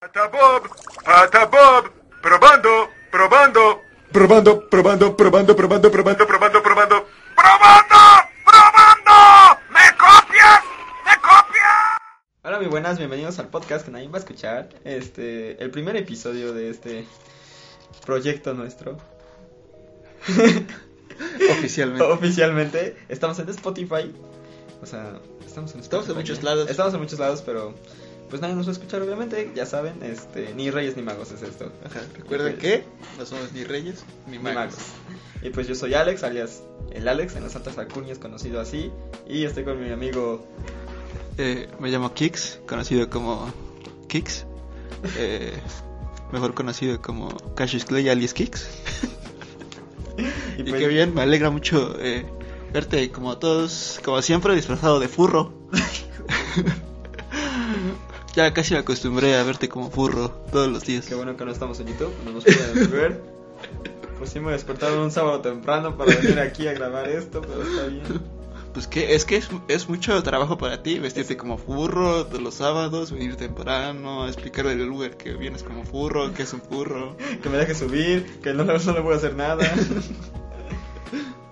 Pata Bob, Pata Bob, probando, probando, probando, probando, probando, probando, probando, probando, probando, probando, probando, ¿me copias? ¿Me copias? Hola, muy buenas, bienvenidos al podcast que nadie va a escuchar. Este, el primer episodio de este proyecto nuestro. Oficialmente. Oficialmente, estamos en Spotify. O sea, estamos en Spotify. Estamos en muchos ¿eh? lados. Estamos en muchos lados, pero pues nadie nos va a escuchar, obviamente. Ya saben, este, ni reyes ni magos es esto. Ajá, Recuerden que no somos ni reyes ni Ni magos. magos. Y pues yo soy Alex, alias el Alex, en las altas alcurnias conocido así. Y estoy con mi amigo Eh, me llamo Kix, conocido como Kix. Eh, mejor conocido como Cassius Clay alias Kix. Y, pues- qué bien, me alegra mucho eh, verte como todos, como siempre, disfrazado de furro. ya casi me acostumbré a verte como furro todos los días. Qué bueno que no estamos en YouTube, no nos pueden ver. Pues sí me despertaron un sábado temprano para venir aquí a grabar esto, pero está bien. Pues que es que es, es mucho trabajo para ti vestirte como furro de los sábados, venir temprano, explicarle al lugar que vienes como furro, que es un furro. Que me deje subir, que no, le- no le voy a hacer nada.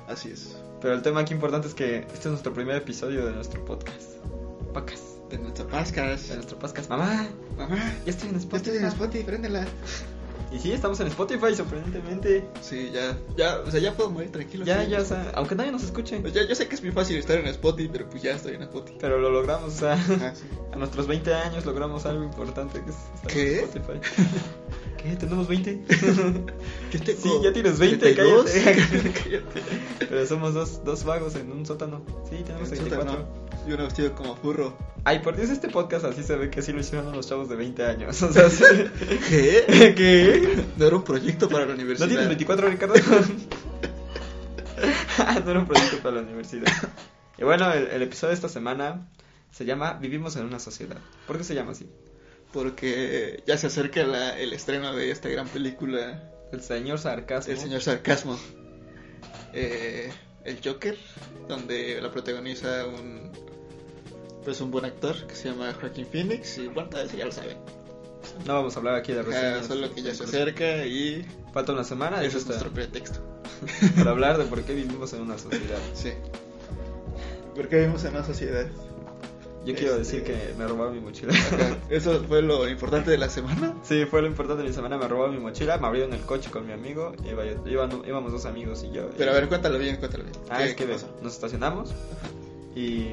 Así es. Pero el tema aquí importante es que este es nuestro primer episodio de nuestro podcast. Podcast. De nuestra De máscaras. nuestro podcast. Mamá, Mamá, ya estoy en yo Spotify. estoy en Spotify, préndela. Y sí, estamos en Spotify, sorprendentemente. Sí, ya, ya, o sea, ya puedo morir tranquilo. Ya, sí. ya, o sea, aunque nadie nos escuche. Pues ya, yo sé que es muy fácil estar en Spotify, pero pues ya estoy en Spotify. Pero lo logramos, o sea. Ajá, sí. A nuestros 20 años logramos algo importante que es estar ¿Qué? en Spotify. ¿Qué? ¿Tenemos 20? Yo tengo Sí, ya tienes 20, 32. cállate. Pero somos dos, dos vagos en un sótano. Sí, tenemos Resulta, 24. ¿no? Yo no vestido como furro. Ay, por Dios, este podcast así se ve que sí lo hicieron los chavos de 20 años. O sea, sí. ¿Qué? ¿Qué? No era un proyecto para ¿No la universidad. tienes 24, Ricardo? Ah, no era un proyecto para la universidad. Y bueno, el, el episodio de esta semana se llama Vivimos en una sociedad. ¿Por qué se llama así? Porque ya se acerca la- el estreno de esta gran película, El señor sarcasmo. El Señor Sarcasmo. Eh, el Joker, donde la protagoniza un pues un buen actor que se llama Joaquín Phoenix y bueno, eso ya lo saben. No vamos a hablar aquí de Ah, reseñas. solo que ya se acerca y Falta una semana y ese Ah, eso es está nuestro pretexto. para hablar de por qué vivimos en una sociedad. Sí. Porque vivimos en una sociedad. Yo quiero Este- decir que me robaron mi mochila. Eso fue lo importante de la semana. Sí, fue lo importante de mi semana, me robaron mi mochila, me abrieron el coche con mi amigo, iba yo- iban- íbamos dos amigos y yo. Pero a ver, cuéntalo bien, cuéntalo bien. Ah, es que qué ve, nos estacionamos y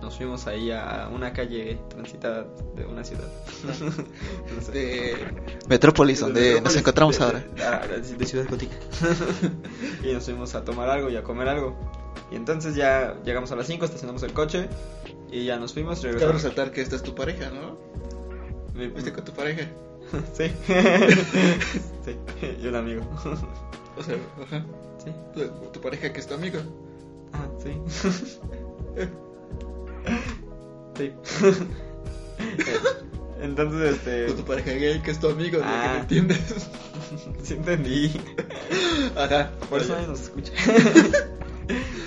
nos fuimos ahí a una calle transitada de una ciudad. No sé. De Metrópolis, donde nos encontramos de- Pues ahora. de- ah, de- de Ciudad Gótica. y nos fuimos a tomar algo y a comer algo. Y entonces ya llegamos a las 5, estacionamos el coche y ya nos fuimos. y Cabe Regresamos. resaltar que esta es tu pareja, ¿no? Mi- Fuiste con tu pareja. sí. sí. Y un amigo. O sea, ajá. sí. Tu, tu pareja que es tu amigo. Ah, sí. sí. entonces, O tu este. pareja gay que es tu amigo, lo que Ah. no entiendes. Sí entendí. Ajá. Por eso nadie nos escucha.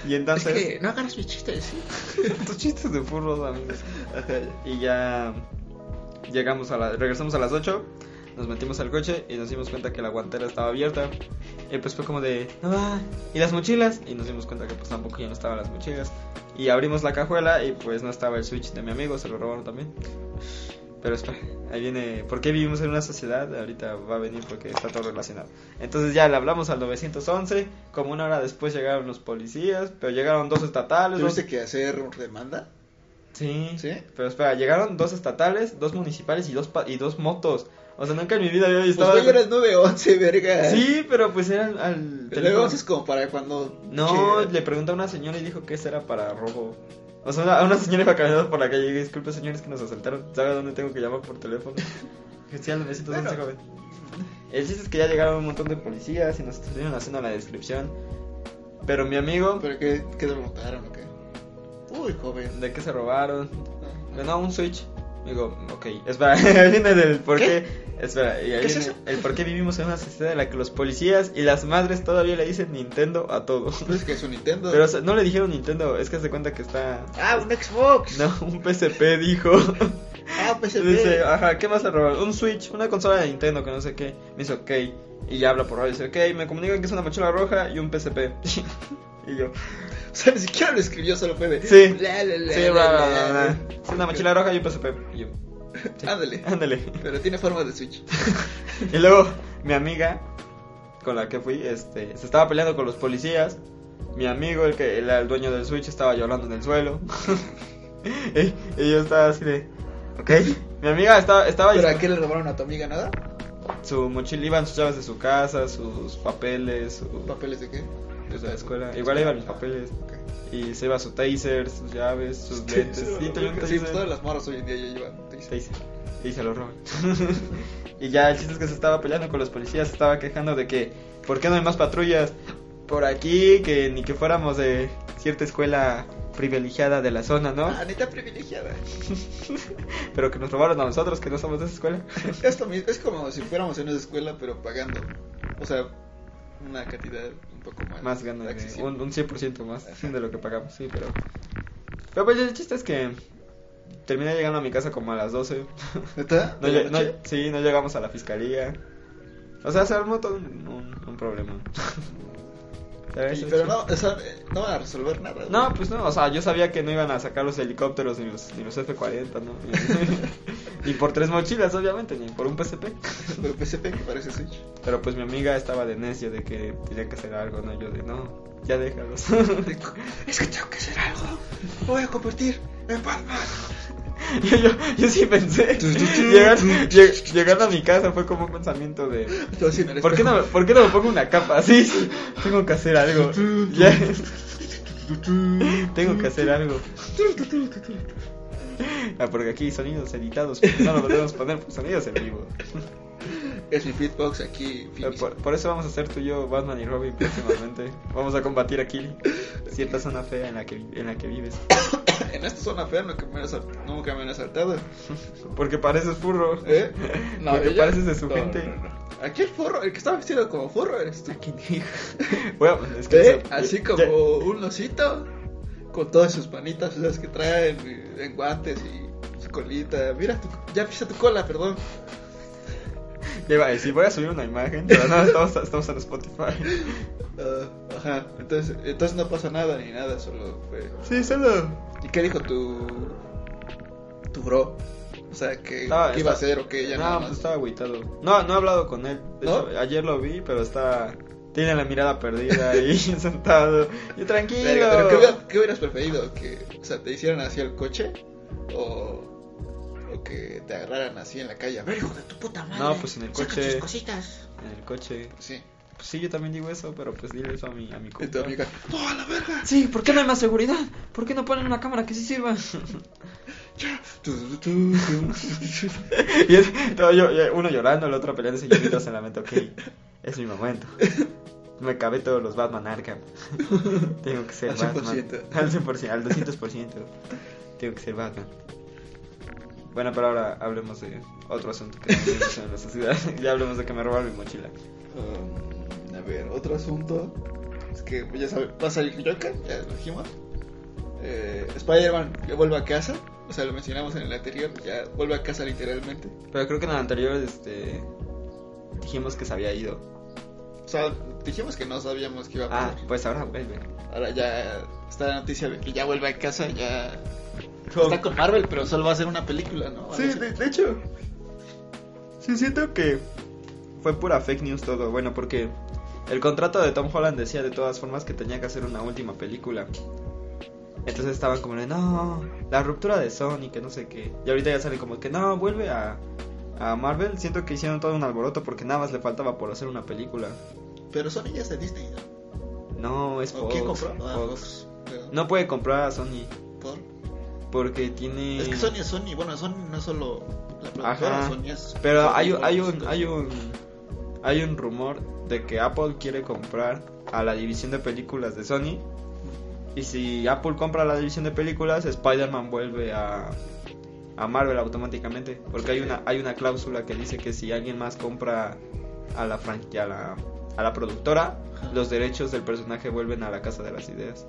y Es entonces. que no agarras mis chistes, sí. Tus chistes de furros, amigos. Ajá, ya. Y ya llegamos a la, regresamos a las 8, nos metimos al coche y nos dimos cuenta que la guantera estaba abierta. Y pues fue como de, "Ah, ¿y las mochilas? Y nos dimos cuenta que pues tampoco ya no estaban las mochilas. Y abrimos la cajuela y pues no estaba el switch de mi amigo, se lo robaron también. Pero espera, ahí viene, ¿por qué vivimos en una sociedad? Ahorita va a venir porque está todo relacionado. Entonces ya le hablamos al 911, como una hora después llegaron los policías, pero llegaron dos estatales. dos- ¿Tuviste que hacer demanda? Sí. ¿Sí? Pero espera, llegaron dos estatales, dos municipales y dos pa- y dos motos. O sea, nunca en mi vida había Pues visto. güey, eras 911, verga. Sí, pero pues eran al El teléfono. 911 es como para cuando. No, che, le pregunté a una señora y dijo que esa era para robo. O sea, una- a una señora iba caminando por la calle y dije, disculpe señores que nos asaltaron, ¿sabe dónde tengo que llamar por teléfono? Dije, sí, al 911, Bueno. joven. El chiste es que ya llegaron un montón de policías y nos estuvieron haciendo la descripción. Pero mi amigo, ¿Pero qué, qué te preguntaron o qué? Uy, joven. ¿de qué se robaron? Le no, un Switch. Digo, ok, espera, ahí viene el por qué. Espera, y ahí ¿Qué es viene eso? el por qué vivimos en una sociedad en la que los policías y las madres todavía le dicen Nintendo a todo. Pues es que es un Nintendo. Pero o sea, no le dijeron Nintendo, es que se cuenta que está. Ah, un Xbox. No, un PSP dijo. Ah, Y Dice, ajá, ¿qué más le robaron? Un Switch, una consola de Nintendo, que no sé qué. Me dice, ok. Y ya habla por radio. Dice, ok, me comunican que es una mochila roja y un PSP. y yo, O sea, ni siquiera lo escribió, solo fue de. Sí. Bla, bla, bla, sí, bla, bla, bla, bla, bla, bla. bla. Es una mochila roja y un PSP. Y yo, sí. Ándale. Ándale. Pero tiene forma de Switch. Y luego, mi amiga con la que fui, este, se estaba peleando con los policías. Mi amigo, el que era el dueño del Switch, estaba llorando en el suelo. y, y yo estaba así de, ok. Mi amiga estaba, estaba ¿Pero a qué le robaron a tu amiga nada? su mochila, iban sus llaves de su casa, sus papeles, su, ¿Papeles de qué? pues, de la escuela. Igual iban mis papeles. Ok. Y se iba su taser, sus llaves, sus lentes. Sí, tenía un Sí, taser. pues todas las morras hoy en día ya llevan. taser. Taser. Y se lo roban. y ya el chiste es que se estaba peleando con los policías, se estaba quejando de que, ¿por qué no hay más patrullas por aquí? Que ni que fuéramos de cierta escuela privilegiada de la zona, ¿no? Ah, neta privilegiada. Pero que nos robaron a nosotros, que no somos de esa escuela. Es, lo mismo- es como si fuéramos en una escuela, pero pagando. O sea, una cantidad un poco más. más ganas, de- accesible. un, un 100% más de lo que pagamos, sí, pero... Pero pues el chiste es que terminé llegando a mi casa como a las 12. ¿Neta? No, ¿De la lle- no- noche? sí, no llegamos a la fiscalía. O sea, se armó todo un, un- un problema. ¿Sabes? Y- pero no, o sea, eh, no van a resolver nada. güey. No, pues no, o sea, yo sabía que no iban a sacar los helicópteros ni los, ni los F-40, ¿no? Ni, por tres mochilas, obviamente, ni por un PCP. Pero PSP que parece Switch. Pero pues mi amiga estaba de necia de que tenía que hacer algo, ¿no? Yo de, no, ya déjalos. Es que tengo que hacer algo. Me voy a convertir en Batman. yo, yo, yo sí pensé. llegar, lleg- llegando a mi casa fue como un pensamiento de... Todo así en el ¿Por qué, no, espejo. me- ¿Por qué no me pongo una capa? Sí, sí, tengo que hacer algo. Ya. Tengo que hacer algo. Ah, porque aquí sonidos editados, pero no lo podemos poner por sonidos en vivo. Es mi beatbox aquí. Eh, finísimo. Por, por eso vamos a hacer tú y yo, Batman y Robin, próximamente. Vamos a combatir a Kili, cierta zona fea en la que, vi- en la que vives. En esta zona fea nunca me han asalt- nunca me han asaltado. Porque pareces furro. ¿Eh? porque ella- pareces de su no, gente. no, no. Aquí el forro, el que está vestido como forro eres tú. ¿Quién dijo? Bueno, es que. ¿Eh? eso- Así ya- como un osito. Con todas sus manitas esas que traen eh, en guantes y su colita. Mira, tu, ya pisa tu cola, perdón. ya iba a decir, voy a subir una imagen, pero no, estamos, estamos en Spotify. Ah, ajá, entonces, entonces no pasa nada ni nada, solo fue... Sí, solo. ¿Y qué dijo tu... tu bro? O sea, que Estaba- ¿qué iba a está- hacer o qué ya no, nada pues más? estaba agüitado. No, no he hablado con él. De ¿No? hecho, ayer lo vi, pero está. Tiene la mirada perdida ahí sentado. Yo tranquilo. Verga, ¿Pero qué, hubiera- qué hubieras preferido? ¿Que o sea, te hicieran así el coche? ¿O, o que te agarraran así en la calle? A ver, hijo de tu puta madre. No, pues en el saca coche. tus cositas. En el coche. Sí. Pues sí, yo también digo eso, pero pues dile eso a mi, a mi Y tu compa. amiga, ¡no, a la verga! Sí, ¿por qué no hay más seguridad? ¿Por qué no ponen una cámara que sí sirva? Ya. Tu, tu, tu, tu. y es- no, yo- yo- uno llorando, el otro peleando señoritas en la mente. Ok, es mi momento. Me cabé todos los Batman Arkham. Tengo que ser Al Batman. 100%. Al 100%. Al 200%. Tengo que ser Batman. Bueno, pero ahora hablemos de otro asunto que tenemos en nuestra ciudad. ya hablemos de que me robaron mi mochila. Um, a ver, otro asunto. Es que pues, ya sabes, va a salir Joker, ya lo dijimos. Eh, Spider-Man que vuelve a casa. O sea, lo mencionamos en el anterior. Ya vuelve a casa literalmente. Pero creo que en el anterior este, dijimos que se había ido. O sea, dijimos que no sabíamos que iba a Ah, pasar. pues ahora vuelve. Ahora ya está la noticia de que ya vuelve a casa. Ya está con Marvel, pero solo va a ser una película, ¿no? Sí, de, de hecho. Sí, siento que fue pura fake news todo. Bueno, porque el contrato de Tom Holland decía de todas formas que tenía que hacer una última película. Entonces estaban como de, no, la ruptura de Sony, que no sé qué. Y ahorita ya salen como que, no, vuelve a, a Marvel. Siento que hicieron todo un alboroto porque nada más le faltaba por hacer una película. Pero son ellas de Disney, ¿no? No, es ¿O Fox. quién compró? Ah, Fox. Fox. Pero, No puede comprar a Sony ¿por? porque tiene... Es que Sony es Sony. Bueno, Sony no es solo la productora, Ajá. Sony es. Pero Sony hay, un- Fox, hay un todo. hay un hay un rumor de que Apple quiere comprar a la división de películas de Sony y si Apple compra la división de películas Spider-Man vuelve a a Marvel automáticamente porque hay una hay una cláusula que dice que si alguien más compra a la franquicia a la, a la productora Ajá. los derechos del personaje vuelven a la casa de las ideas.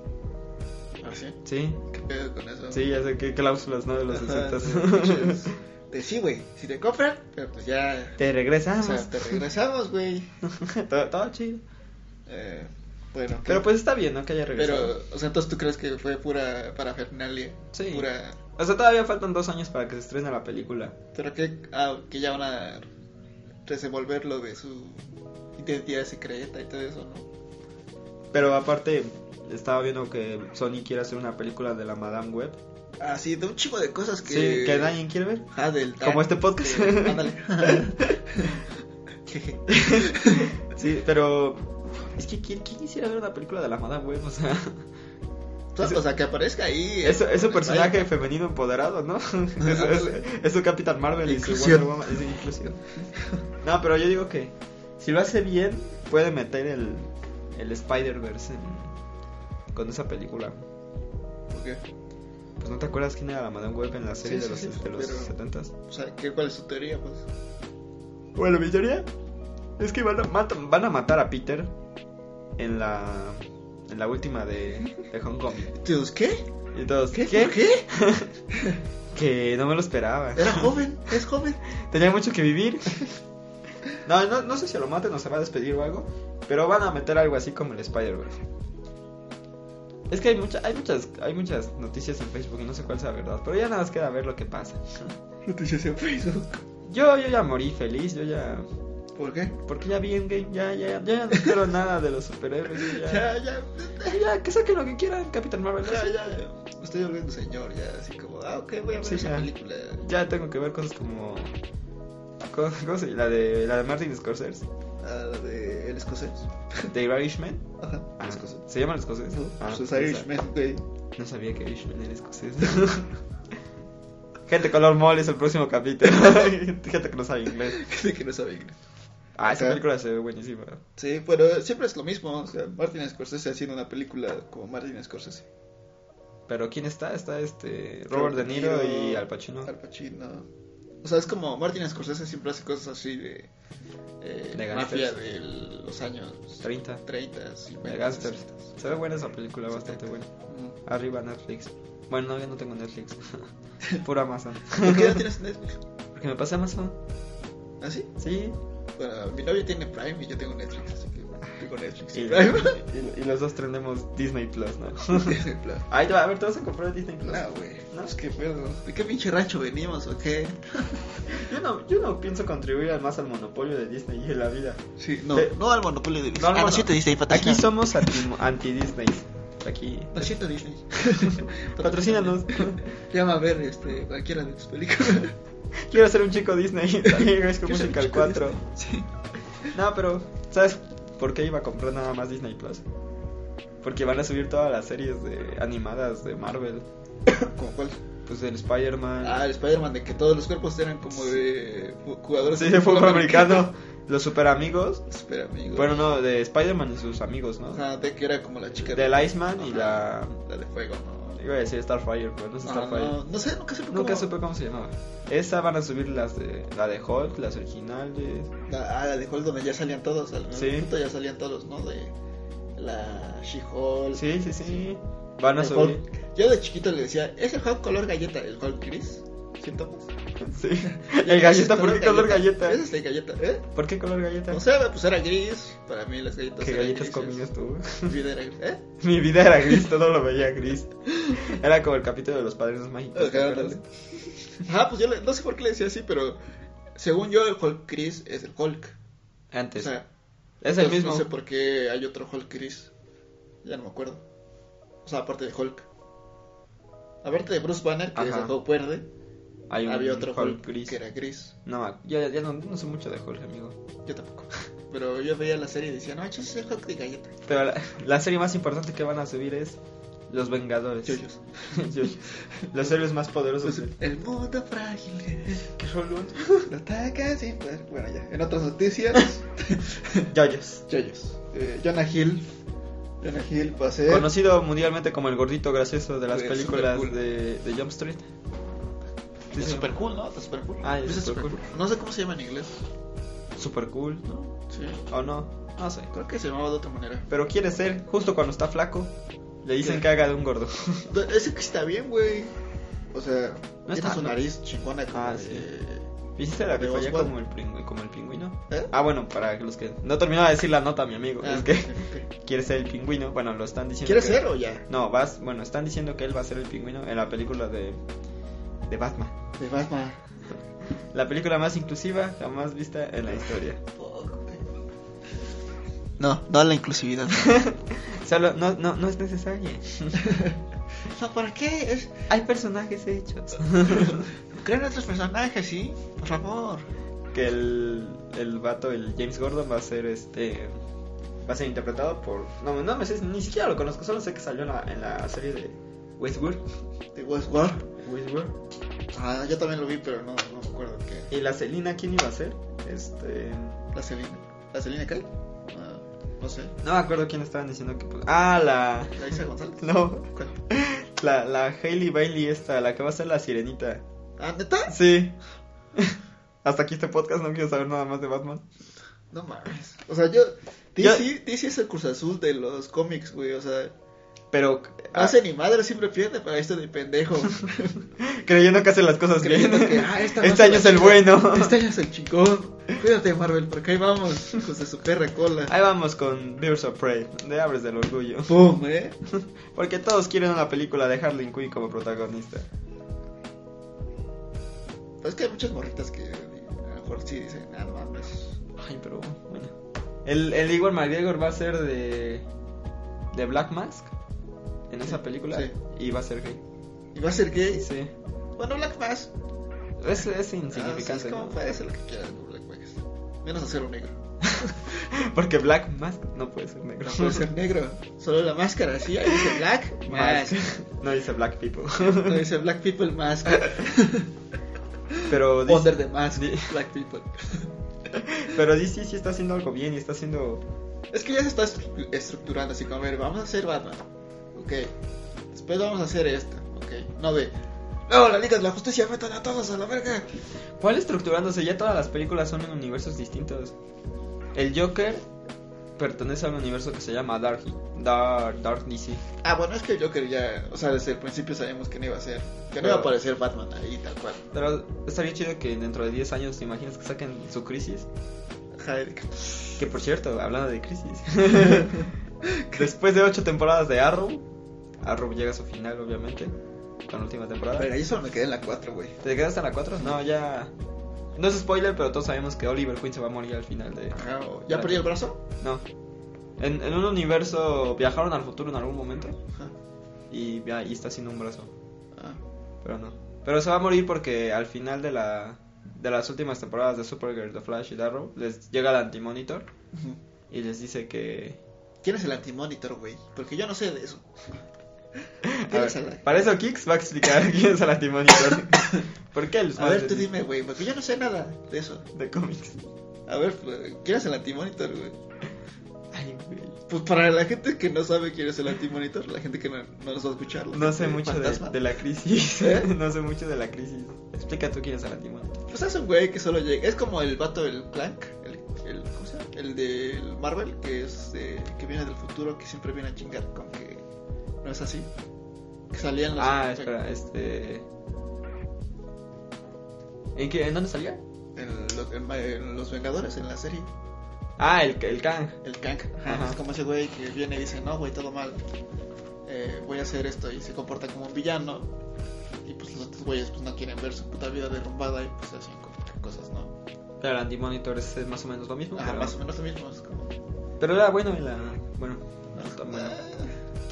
¿Ah, sí? Sí. ¿Qué pedo con eso? Sí, ya sé qué cláusulas, ¿no? De los 60 Ajá, sí, pinches de sí, güey, si te compran, pero pues ya. Te O regresamos. sea, te regresamos, güey. todo, todo chido. Eh, bueno, ok. Pero pues está bien, ¿no? Que haya regresado. Pero, o sea, entonces tú crees que fue pura parafernalia. Sí. Pura. O sea, todavía faltan dos años para que se estrene la película. Pero que, ah, que ya van a desenvolver lo de su identidad secreta y todo eso, ¿no? Pero aparte, estaba viendo que Sony quiere hacer una película de la Madame Web. Así, Ah, de un chico de cosas que. Sí, que nadie quiere ver. Ah, del Como este podcast. Eh, ándale. Jeje. Sí, pero. Es que ¿quién, quién quisiera ver una película de la Madame Web? O sea, o sea, que aparezca ahí. eh, es, es un Vaya. personaje femenino empoderado, ¿no? Es, es, es su Capitán Marvel y su Wonder Inclusión. Woman. Es inclusión. No, pero yo digo que si lo hace bien, puede meter el, el Spider-Verse en- con esa película. Ok. Pues no te acuerdas quién era la Madame Web en la serie Sí, de los, sí, sí, de los pero- 70s. O sea, ¿qué, ¿cuál es su teoría, pues? Bueno, mi teoría es que van a, matan- van a matar a Peter en la, en la última de, de Homecoming. Entonces, ¿qué? Y todos, ¿qué? ¿Por qué? Que no me lo esperaba. Era joven, es joven. Tenía mucho que vivir. No, no, no sé si lo maten o se va a despedir o algo. Pero van a meter algo así como el Spider-Verse. Es que hay, mucha, hay, muchas, hay muchas noticias en Facebook y no sé cuál sea la verdad. Pero ya nada más queda ver lo que pasa. Noticias en Facebook. Yo, yo ya morí feliz, yo ya... ¿Por qué? Porque ya vi Endgame, ya, ya, ya no espero nada de los superhéroes. yo ya- Ya, ya, Ay, ya, que saquen lo que quieran, Capitán Marvel. ya, Ya, ya, ya. Me estoy volviendo señor, ya, así como, ah, ok, voy a ver Sí, esa ya. película. ya tengo que ver cosas como. ¿Cómo, cómo se llama? La de, la de Martin Scorsese, Ah, la de El Escocés. de Irishman. Ajá, Ah, El Escocés. ¿Se llama el escocés? No, Ah, pues es esa- Irishman, güey. No sabía que Irishman era escocés. Gente color mole es el próximo capítulo. Gente que no sabe inglés. De que no sabe inglés. Ah, esa Ajá. película se ve buenísima. Sí, pero siempre es lo mismo. O sea, Martin Scorsese haciendo una película como Martin Scorsese. Pero ¿quién está? Está este Robert De Niro y Al Pacino. Al Pacino. O sea, es como Martin Scorsese siempre hace cosas así de. eh, De mafia gangsters. de los años 30. 30, De 50. Gangsters. 60. Se ve buena esa película, bastante buena. Mm. Arriba Netflix. Bueno, no, yo no tengo Netflix. Pura Amazon. ¿Por qué no tienes Netflix? Porque me pasé Amazon. ¿Ah, sí? Sí. Bueno, mi novio tiene Prime y yo tengo Netflix, así que tengo Netflix Y, y Prime. y- y los dos tenemos Disney Plus, ¿no? Disney Plus. Ay, a ver, te vas a comprar Disney Plus. No, güey. No. Pues qué pedo. ¿De qué pinche rancho venimos o qué? Yo no, yo no pienso contribuir al- más al monopolio de Disney en la vida. Sí, no. Sí. No al monopolio de Disney. No, ah, no, no. no, siento Disney, Aquí patrocina. somos anti- anti-Disney. Aquí. Lo siento Disney. Patrocínanos. Llama a ver este, cualquiera de tus películas. Quiero ser un chico Disney. También High School Quiero ser Musical chico 4. Disney. Sí. No, pero, ¿sabes por qué iba a comprar nada más Disney Plus? Porque van a subir todas las series de animadas de Marvel. ¿Como cuál? Pues el Spider-Man. Ah, el Spider-Man de que todos los cuerpos eran como de fu- jugadores Sí, de fútbol americano. Los super amigos. Espera, amigo. Bueno, no, de Spider-Man y sus amigos, ¿no? Ajá, de que era como la chica Del Iceman y la. Ajá, La de fuego, no. Iba a decir Starfire, pero no es Ah, Starfire. no, no sé, nunca supe Pues, Nunca cómo- supe cómo se llamaba. Esa van a subir las de. La de Hulk, las originales. La, ah, la de Hulk donde ya salían todos, al Sí. sí. punto ya salían todos, ¿no? De la She-Hulk. Sí, sí, sí. Van a el subir. Hulk. Yo de chiquito le decía, es el Hulk color galleta, el Hulk gris, ¿siento? Sí. El galleta, ¿por qué color galleta? Es este galleta, ¿eh? ¿Por qué color galleta? No sé, pues era gris, para mí las galletas ¿Qué eran galletas grises. comías tú? Mi vida era gris, ¿eh? Mi vida era gris, todo lo veía gris. Era como el capítulo de los padrinos mágicos. ¿te Ajá, acuerdas? ándale. Ajá, pues yo le- no sé por qué le decía así, pero según yo el Hulk gris es el Hulk. O Antes. sea, es el pues, mismo. Ah, no sé por qué hay otro Hulk gris. Ya no me acuerdo. O sea, aparte de Hulk. Aparte de Bruce Banner, que es Ajá. el Hulk verde, Hay un había otro Hulk, gris. que era gris. No, ya, ya no, no sé mucho de Hulk, amigo. Yo tampoco. Pero yo veía la serie y decía, no, ese es el Hulk de galleta. Pero la, la serie más importante que van a subir es Los Vengadores. Yoyos. Yoyos. Los héroes más poderosos. Entonces, del- el mundo frágil es, ¿Qué son los? lo ataca sin poder. Bueno, ya. En otras noticias, Yoyos. Yoyos. Eh, Jonah Hill. Jonah Hill va a ser. Conocido mundialmente como el gordito gracioso de las Güey, películas Pues, supercool. de, de Jump Street. Sí, Es sí. super cool, ¿no? Está super cool. Ah, es Ese super super cool. cool. No sé cómo se llama en inglés. Super cool, ¿no? Sí. ¿O no? No sé. Creo que se llamaba de otra manera. Pero quiere ser, justo cuando está flaco, le dicen ¿Qué? que haga de un gordo. Ese que está bien, güey. o sea, No tiene está- su nariz chingona como Ah, de- sí. ¿Viste la de rifa ya Oswald. como el, pingü- como el pingüino? ¿Eh? Ah, bueno, para que los que... No terminaba de decir la nota, mi amigo. Ah, es que ok, ok. quiere ser el pingüino. Bueno, lo están diciendo... ¿Quieres que- ser o ya? No, vas... Bueno, están diciendo que él va a ser el pingüino en la película de... De Batman. De Batman. La película más inclusiva jamás vista en la historia. No, no a la inclusividad. Solo... No, no, no es necesaria. No, ¿por qué? Es... Hay personajes hechos. Crean otros personajes, ¿sí? Por favor. que el, el vato, el James Gordon, va a ser este. Va a ser interpretado por. No, no me sé, ni siquiera lo conozco, solo sé que salió en la, en la serie de Westworld. De Westworld. Westworld. Ah, yo también lo vi, pero no, no me acuerdo qué. ¿Y la Selina quién iba a ser? Este. La Selina. ¿La Selina Kyle? Ah, no sé. No me acuerdo quién estaban diciendo que. pues- Ah, la. ¿La Isa González? No, ¿Cuál? la, la Hailey Bailey, esta, la que va a ser la sirenita. ¿Ah, neta? Sí. Hasta aquí este podcast, no quiero saber nada más de Batman. No mames. O sea, yo. Yo- DC, DC es el Cruz Azul de los cómics, güey. O sea, Pero. no hace ni madre, siempre pierde para esto de pendejo. ah, Creyendo que hace las cosas Creyendo bien. que, ah, esta va a este ser año la es el chica. bueno. Este año es el chingón. Cuídate, Marvel, porque ahí vamos. Hijos de su perra cola. Ahí vamos con Birds of Prey, de Abres del Orgullo. ¡Pum, eh! Porque todos quieren una película de Harley Quinn como protagonista. Pero Pues es que hay muchas morritas que a lo mejor sí dicen, ah, no mames. Ay, pero bueno. El, el Igor McGregor va a ser de. de Black Mask en esa película. sí. Y va a ser gay. ¿Y va a ser gay? Sí. Bueno, Black Mass. Es, es Ah, Es insignificante. como ¿no? puede ser lo que quieras con Black Mass. Menos hacer un negro. Porque Black Mask no puede ser negro. No puede ser Ah, negro. Solo la máscara, sí. Ahí dice Black Mask. Mask. No dice Black People. No dice Black People Mask. Pero dice- Under the Mask. di- Black People. pero DC sí está haciendo algo bien y está haciendo. Es que ya se está estru- estructurando así como, a ver, vamos a hacer Batman. Ok. Después vamos a hacer esto. Ok. No ve. No, la Liga de la Justicia metan a todos a la verga. ¿Cuál estructurándose? Ya todas las películas son en universos distintos. El Joker pertenece a un universo que se llama Dark, Dark, Dark DC. Ah, bueno, es que el Joker ya, o sea, desde el principio sabíamos que no iba a ser, que no iba a aparecer Batman ahí tal cual. Pero estaría chido que dentro de 10 años te imaginas que saquen su crisis. Ajá, Eric. Que por cierto, hablando de crisis. Después de 8 temporadas de Arrow, Arrow llega a su final obviamente, con la última temporada. Verga, yo solo me quedé en la 4, güey. ¿Te quedas en la 4? No, ya... No es spoiler, pero todos sabemos que Oliver Queen se va a morir al final de... Ajá, o- ¿ya perdí el brazo? No. En, en un universo viajaron al futuro en algún momento Ajá. y, via- y está sin un brazo, Ah, pero no. Pero se va a morir porque al final de la de las últimas temporadas de Supergirl, The Flash y The Arrow les llega el antimonitor ujú. y les dice que ¿Quién es el antimonitor, güey? Porque yo no sé de eso. A ¿Quién ver, es el- para eso Kix va a explicar quién es el antimonitor. ¿Por qué los A ver, fans tú de- dime, güey, porque yo no sé nada de eso. de cómics? A ver, pues, ¿quién es el antimonitor, güey? Ay, güey. Pues para la gente que no sabe quién es el antimonitor, la gente que no, no nos va a escuchar. la No gente sé mucho de, fantasma. de la crisis. ¿Eh? No sé mucho de la crisis. Explica tú quién es el antimonitor. Pues es un güey que solo llega. Es como el vato del Clank, el, el, ¿cómo se llama? El del Marvel, que es eh, que viene del futuro, que siempre viene a chingar con que no es así. Que salían los. Ah, espera, este. ¿En, qué, ¿En dónde salía? En, lo- en Ma- en Los Vengadores, en la serie. Ah, el, el Kang. El Clank. Ajá. Es como ese güey que viene y dice: No, güey, todo mal. eh, voy a hacer esto. Y se comporta como un villano. Y pues los otros güeyes pues, no quieren ver su puta vida derrumbada y pues hacen como que cosas, ¿no? Claro, el antimonitor es, es más o menos lo mismo. Ajá, pero, Ah, más o menos lo mismo. Es como. pero era bueno y la. Bueno, bueno, ah,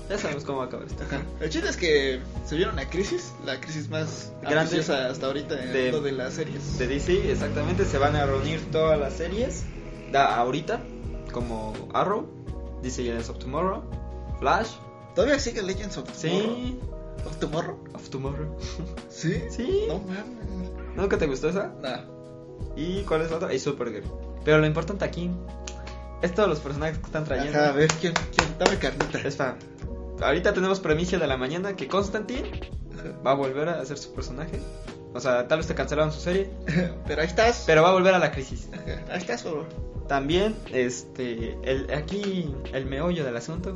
ya sabemos cómo va a acabar esto. Ajá. El chiste es que se vieron una crisis, la crisis más Grande. ambiciosa hasta ahorita en De- el mundo de las series. De DC, exactamente, se van a reunir todas las series. Da ahorita, como Arrow, DC Legends of Tomorrow, Flash, ¿Todavía sigue Legends of Tomorrow? sí, ¿Of Tomorrow? of Tomorrow. ¿Sí? Sí. No mames. ¿Nunca te gustó esa? Nah. ¿Y cuál es la otra? Y Supergirl. Pero lo importante aquí es todos los personajes que están trayendo. Ajá, a ver, ¿quién? ¿Quién? Dame carnita. Es fan. Ahorita tenemos premisa de la mañana que Constantine va a volver a hacer su personaje. O sea, tal vez te cancelaron su serie, Pero ahí estás. pero va a volver a la crisis. Ajá, Ahí estás, por favor. También, este, el, aquí el meollo del asunto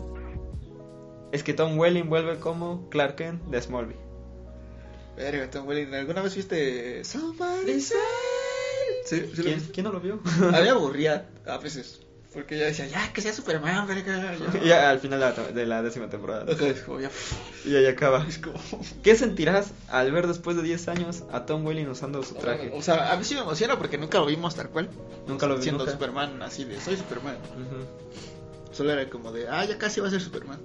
es que Tom Welling vuelve como Clark Kent de Smallville. Verga, Tom Welling. ¿Alguna vez viste Somebody Say? Sí, sí lo ¿Quién, viste. quién no lo vio? A mí me aburría a veces. Porque ya decía, ya que sea Superman, verga. Ya. y al final de la, de la décima temporada. Ajá, es como ya. Y ahí acaba. Es como. ¿Qué sentirás al ver después de 10 años a Tom Welling usando su traje? O sea, a mí sí me emociona porque nunca lo vimos tal cual. Nunca lo vi, Siendo nunca. Superman así de, soy Superman. Ujú. Solo era como de, ah, ya casi va a ser Superman.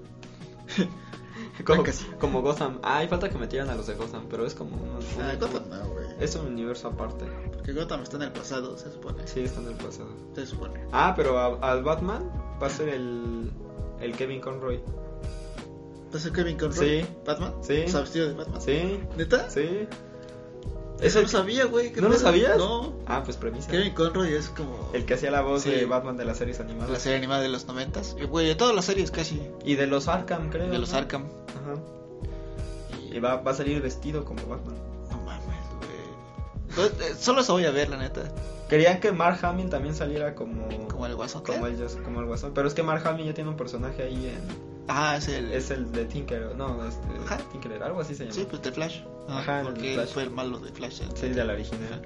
Como, Creo que sí. como Gotham. Ay, falta que metieran a los de Gotham, pero es como. un- un- Ah, Gotham no, güey. Es un universo aparte. Porque Gotham está en el pasado, se supone. Sí, están del pasado. Se supone. Ah, pero a- al Batman va a ser el, el Kevin Conroy. Entonces Kevin Conroy. Sí. ¿Batman? Sí. O sea, vestido de Batman. ¿Sí? ¿Neta? ¿Sí? Eso el lo sabía, güey. ¿qué ¿No lo pedo? sabías? No. Ah, pues premisa. Kevin Conroy es como El que hacía la voz Sí. de Batman de las series la animadas. serie animada de los noventas. Y, Güey, de todas las series casi. Y de los Arkham, creo. De los ¿no? Arkham. Ajá. Y- eh, Y va, va a salir vestido como Batman. No mames, güey. Pues, eh, Solo eso voy a ver, la neta. Querían que Mark Hamill también saliera como. Como el guasón. como el, como el guasón. Pero es que Mark Hamill ya tiene un personaje ahí en. Ah, es el. Es el de Tinker. No, este, Ajá. Tinker, algo así se llama. Sí, pues de Flash. Ah, Ajá, el porque de él Flash. fue el malo de Flash. el- Sí, de la original.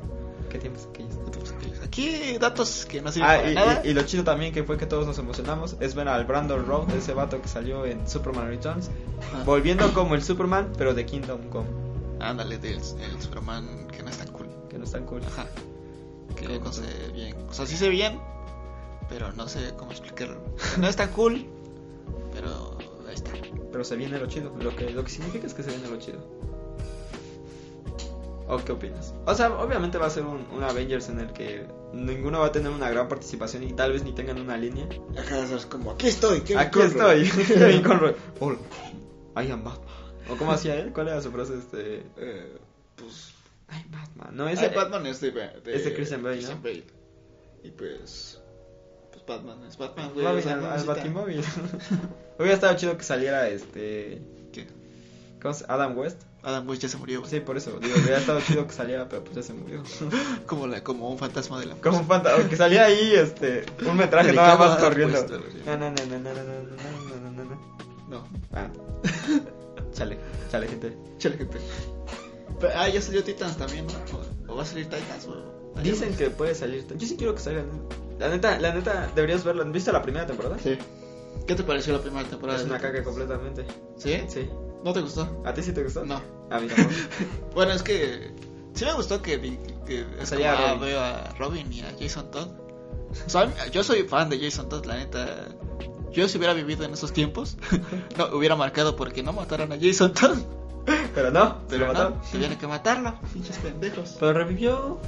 ¿Qué tiempos aquellos? Entonces, Aquí datos que no sirven Ah, para y, nada. y- y lo chido también que fue que todos nos emocionamos es ver al Brandon Routh, ese vato que salió en Superman Returns, Ajá. volviendo como el Superman, pero de Kingdom Come, Ándale, del el Superman que no está cool. que no es tan cool. Ajá. Que Cool. no se ve bien. O sea, sí se ve bien, pero no sé cómo explicarlo. No está cool, pero ahí está. Pero se viene lo chido, lo que, lo que significa es que se viene lo chido. ¿O qué opinas? O sea, obviamente va a ser un, un Avengers en el que ninguno va a tener una gran participación y tal vez ni tengan una línea. Ajá, es como, aquí estoy, Aquí estoy, Kevin Conroy. Hola, I am Batman. ¿O cómo hacía él? ¿Cuál era su frase? Este, Eh, pues. I am Batman. No, Ese ese, Batman es de, de- es de Christian Bale, ¿no? Bale. Y pues. Pues Batman es Batman, güey. o Móvil, sea, al, no al necesita- Batimóvil. Hubiera estado chido que saliera este. ¿Qué? ¿Cómo se Adam West. Adam West ya se murió, güey. Sí, por eso. Digo, hubiera estado chido que saliera, pero pues ya se murió. Como, la, como un fantasma de la. Como un fantasma. Que salía ahí, este. Un metraje nada Dedicado a más Adam corriendo. West, algo así. Na, na, na, na, na, na, na, na, na, na, na. No, Ah. Chale, chale, gente. chale, gente. Pero, ah, ya salió Titans también, ¿no? O, o va a salir Titans, o. Dicen que puede salir. Yo sí quiero que salga. La neta, la neta, deberías verla. ¿Has visto la primera temporada? Sí. ¿Qué te pareció la primera temporada? Es una de caca Titans? completamente. ¿Sí? Sí. ¿No te gustó? ¿A ti sí te gustó? No. A mí tampoco. Bueno, es que. Sí me gustó que. vi- que es Salía como, ah, Robin. veo a Robin y a Jason Todd. O sea, yo soy fan de Jason Todd, la neta. Yo si hubiera vivido en esos tiempos, no hubiera marcado porque no mataron a Jason Todd. Pero no, se Pero lo mató. no, tuvieron que matarlo, pinches pendejos. Pero revivió.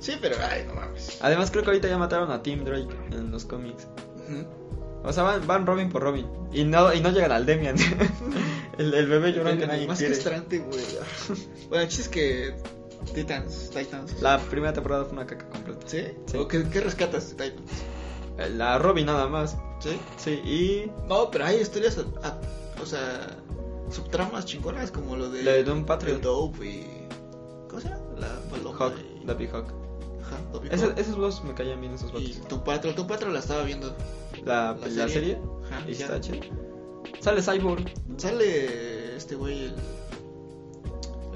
Sí, pero ay, no mames. Además creo que ahorita ya mataron a Tim Drake en los cómics. Ujú. O sea, van, van Robin por Robin. Y no, y no llegan al Demian. el, el bebé llorón que nadie Más quiere. frustrante, güey. Bueno, el chiste es que. Titans, Titans. La primera temporada fue una caca completa. ¿Sí? Sí. ¿O qué, qué rescatas de Titans? Eh, La Robin nada más. ¿Sí? Sí, y... No, pero hay historias, a- a- o sea, subtramas chingonas como lo de. La de Doom Patriot. el Dope y. ¿Cómo se llama? La Paloma. Hawk, y- Daffy Hawk. Ajá, Dope y Ese- Hawk. esos dos me caían bien, esos Y vatos. Doom Patriot. Doom Patriot la estaba viendo. La, la serie. Ajá, y ya. está chido. Sale Cyborg. Sale este güey, el.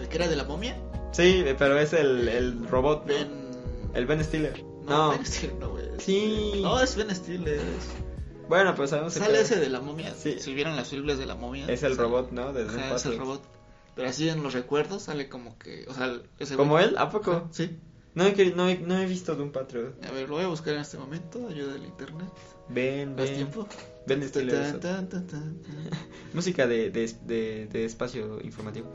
El que era de la momia. Sí, eh, pero es el, el robot. ¿no? Ben. El Ben Stiller. No. No, Ben Stiller, no, güey. es- Sí. No, es Ben Stiller. es- Bueno, pues sabemos que... Sale ese de la momia. Sí. Si vieron las películas de la momia. Es el sale- robot, ¿no? De Doom Ajá, es el Patrol. robot. Pero así en los recuerdos sale como que. O sea, el- ese güey- ¿Como él? ¿A poco? Ajá, Sí. No he, querido- no he- no he visto Doom Patrol. A ver, lo voy a buscar en este momento. Ayuda del internet. Ven, ¿Más ven. tiempo? Ven este Tan, universo. tan, tan, tan, tan. Música de, de, de, de espacio informativo.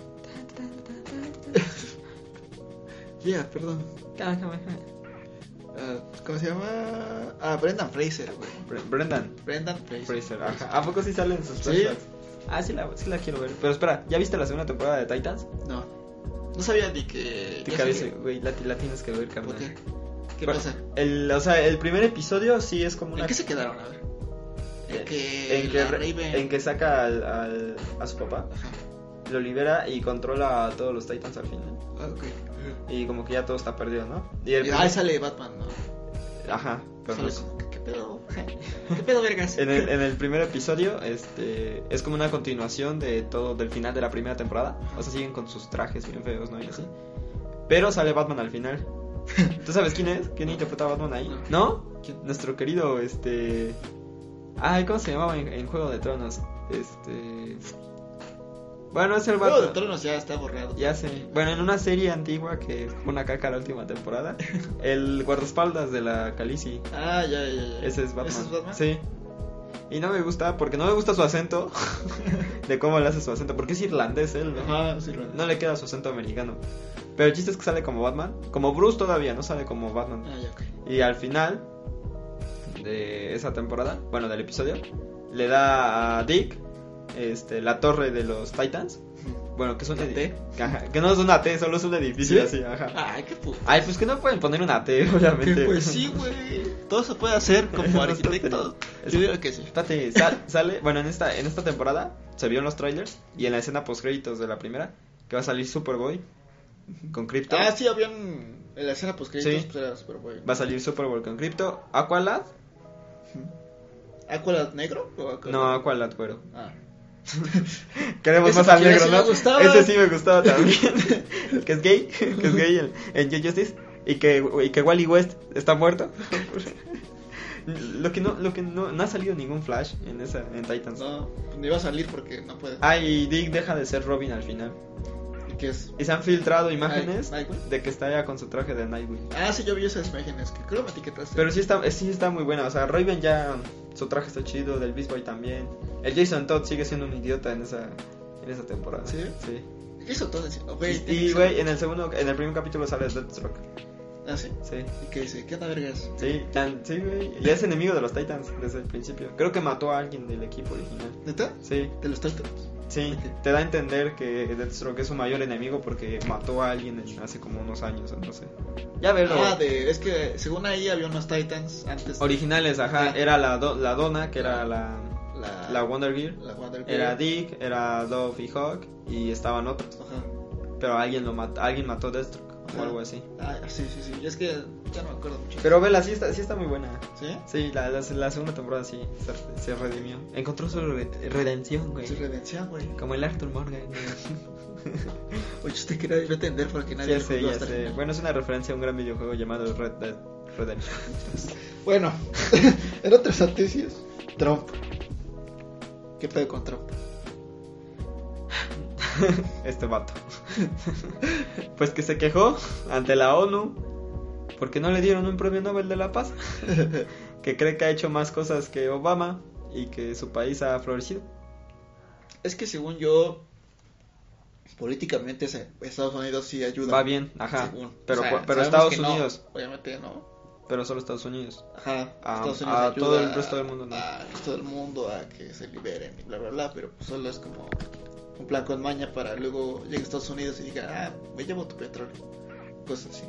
Yeah, perdón. Ah, ¿Cómo se llama? Ah, Brendan Fraser, güey. Bre- Brendan Brendan Fraser. Fraser. ajá. ¿A poco sí salen sus Sí. flashbacks? Ah, sí la, sí la quiero ver. Pero espera, ¿ya viste la segunda temporada de Titans? No. No sabía ni que. Te ya cabeza, sabía. güey, la, la tienes que ver, carnal. ¿Por qué? ¿Qué Bueno, pasa? El, o sea, el primer episodio sí es como una... ¿En qué se quedaron? A ver. En Ah. que. Eh, en que, la re- Raven- en que saca al, al- a su papá, Ajá. lo libera y controla a todos los Titans al final. Ah, ok. Y como que ya todo está perdido, ¿no? Y Y el ahí sale Batman, ¿no? Ajá, pero no Sale es- como que, ¿qué pedo? ¿Qué pedo, vergas? En el, en el primer episodio, este, es como una continuación de todo, del final de la primera temporada. O sea, siguen con sus trajes bien feos, ¿no? Y así. Pero sale Batman al final. ¿Tú sabes quién es? ¿Quién interpreta a Batman ahí? ¿No? Nuestro querido, este... Ay, ¿cómo se llamaba en, en Juego de Tronos? Este... Bueno, es el Juego de Batman. Tronos ya está borrado. Ya sé. Bueno, en una serie antigua que fue una caca la última temporada, el guardaespaldas de la Khaleesi, Ah, ya, ya, ya. ese es Batman. ¿Ese es Batman? Sí. Y no me gusta, porque no me gusta su acento, de cómo le hace su acento, porque es irlandés él, ¿no? Ajá, sí, lo- No le queda su acento americano. Pero el chiste es que sale como Batman, como Bruce todavía, no sale como Batman. Ah, ya, ok. Y al final de esa temporada, bueno, del episodio, le da a Dick este, la torre de los Titans. Bueno, que es un ¿La edi- Ajá, que no es una T, solo es un edificio así, ¿Sí? ajá. Ay, qué puto. Ay, pues que no pueden poner una T, obviamente. Pues sí, güey. Todo se puede hacer como No arquitecto. está- Yo digo que sí. Espérate, sal- sale, bueno, en esta, en esta temporada se vio en los trailers y en la escena post créditos de la primera que va a salir Superboy con Crypto. Ah, sí, habían. En la escena post Sí. pues era súper bueno. Va a salir Superboy con Crypto, Aqualad, ¿Aqualad negro? o Aqualad? no Aqualad, güero. Ah. Queremos Ese más al siquiera negro, sí me ¿no? gustaba. Ese sí me gustaba también. que es gay, que es gay en, en Young Justice. Y que, y que Wally West está muerto. lo que no, lo que no, no ha salido ningún flash en esa, en Titans. No, no iba a salir porque no puede. Ah, y Dick deja de ser Robin al final. ¿Y qué es? Y se han filtrado imágenes Night- Nightwing. de que está ya con su traje de Nightwing. Ah, sí, yo vi esas imágenes que creo me etiquetaste. Pero sí está, sí está muy buena. O sea, Raven ya. Su traje está chido. Del Beast Boy también. El Jason Todd sigue siendo un idiota en esa, en esa temporada. ¿Sí? Sí. Eso todo decía, oh, Y- güey. tiene y, que güey, en el segundo. En el primer capítulo sale Deathstroke. ser- Ah, sí. Sí. Y que dice, ¿qué onda, vergas? Sí, tan, sí, güey. Ya es enemigo de los Titans desde el principio. Creo que mató a alguien del equipo original. ¿Neta? Sí, ¿Te lo estás tomando? sí. Te da a entender que Deathstroke es su mayor enemigo porque mató a alguien en- hace como unos años, o no sé. Ya verlo. Ah, de, es que según ahí había unos Titans antes. Originales, ajá. Ajá. Era la, do- la dona, que era la, La, la Wonder Gear. la Wonder Girl. Era Dick, era Dove y Hawk. Y estaban otros. Ajá. Pero alguien, lo mató, alguien mató a Deathstroke o Ajá. algo así. Ah, sí, sí, sí. Yo es que ya no me acuerdo mucho. Pero vela, sí está, sí está muy buena. ¿Sí? Sí, la, la, la segunda temporada sí se, se redimió. Encontró su re- redención, güey. Su redención, güey. Como el Arthur Morgan. güey. Oye, usted quería ir a atender porque nadie ya lo sé, jugó ya hasta el sé. final. Bueno, es una referencia a un gran videojuego llamado Red Dead Redemption. Bueno, en otras noticias, Trump. ¿Qué pedo con Trump? Este vato. pues que se quejó ante la ONU porque no le dieron un premio Nobel de la Paz. que cree que ha hecho más cosas que Obama y que su país ha florecido. Es que según yo, políticamente se- Estados Unidos sí ayuda. Va bien, ajá. según. Pero, O sea, cua- pero sabemos Estados que no, Unidos, obviamente no. pero solo Estados Unidos. Ajá. A- Estados Unidos a ayuda todo el resto del mundo, no. Al resto del mundo a que se liberen y bla, bla, bla. Pero pues solo es como un plan con maña para luego llegue a Estados Unidos y diga, ah, me llevo tu petróleo. Cosas así.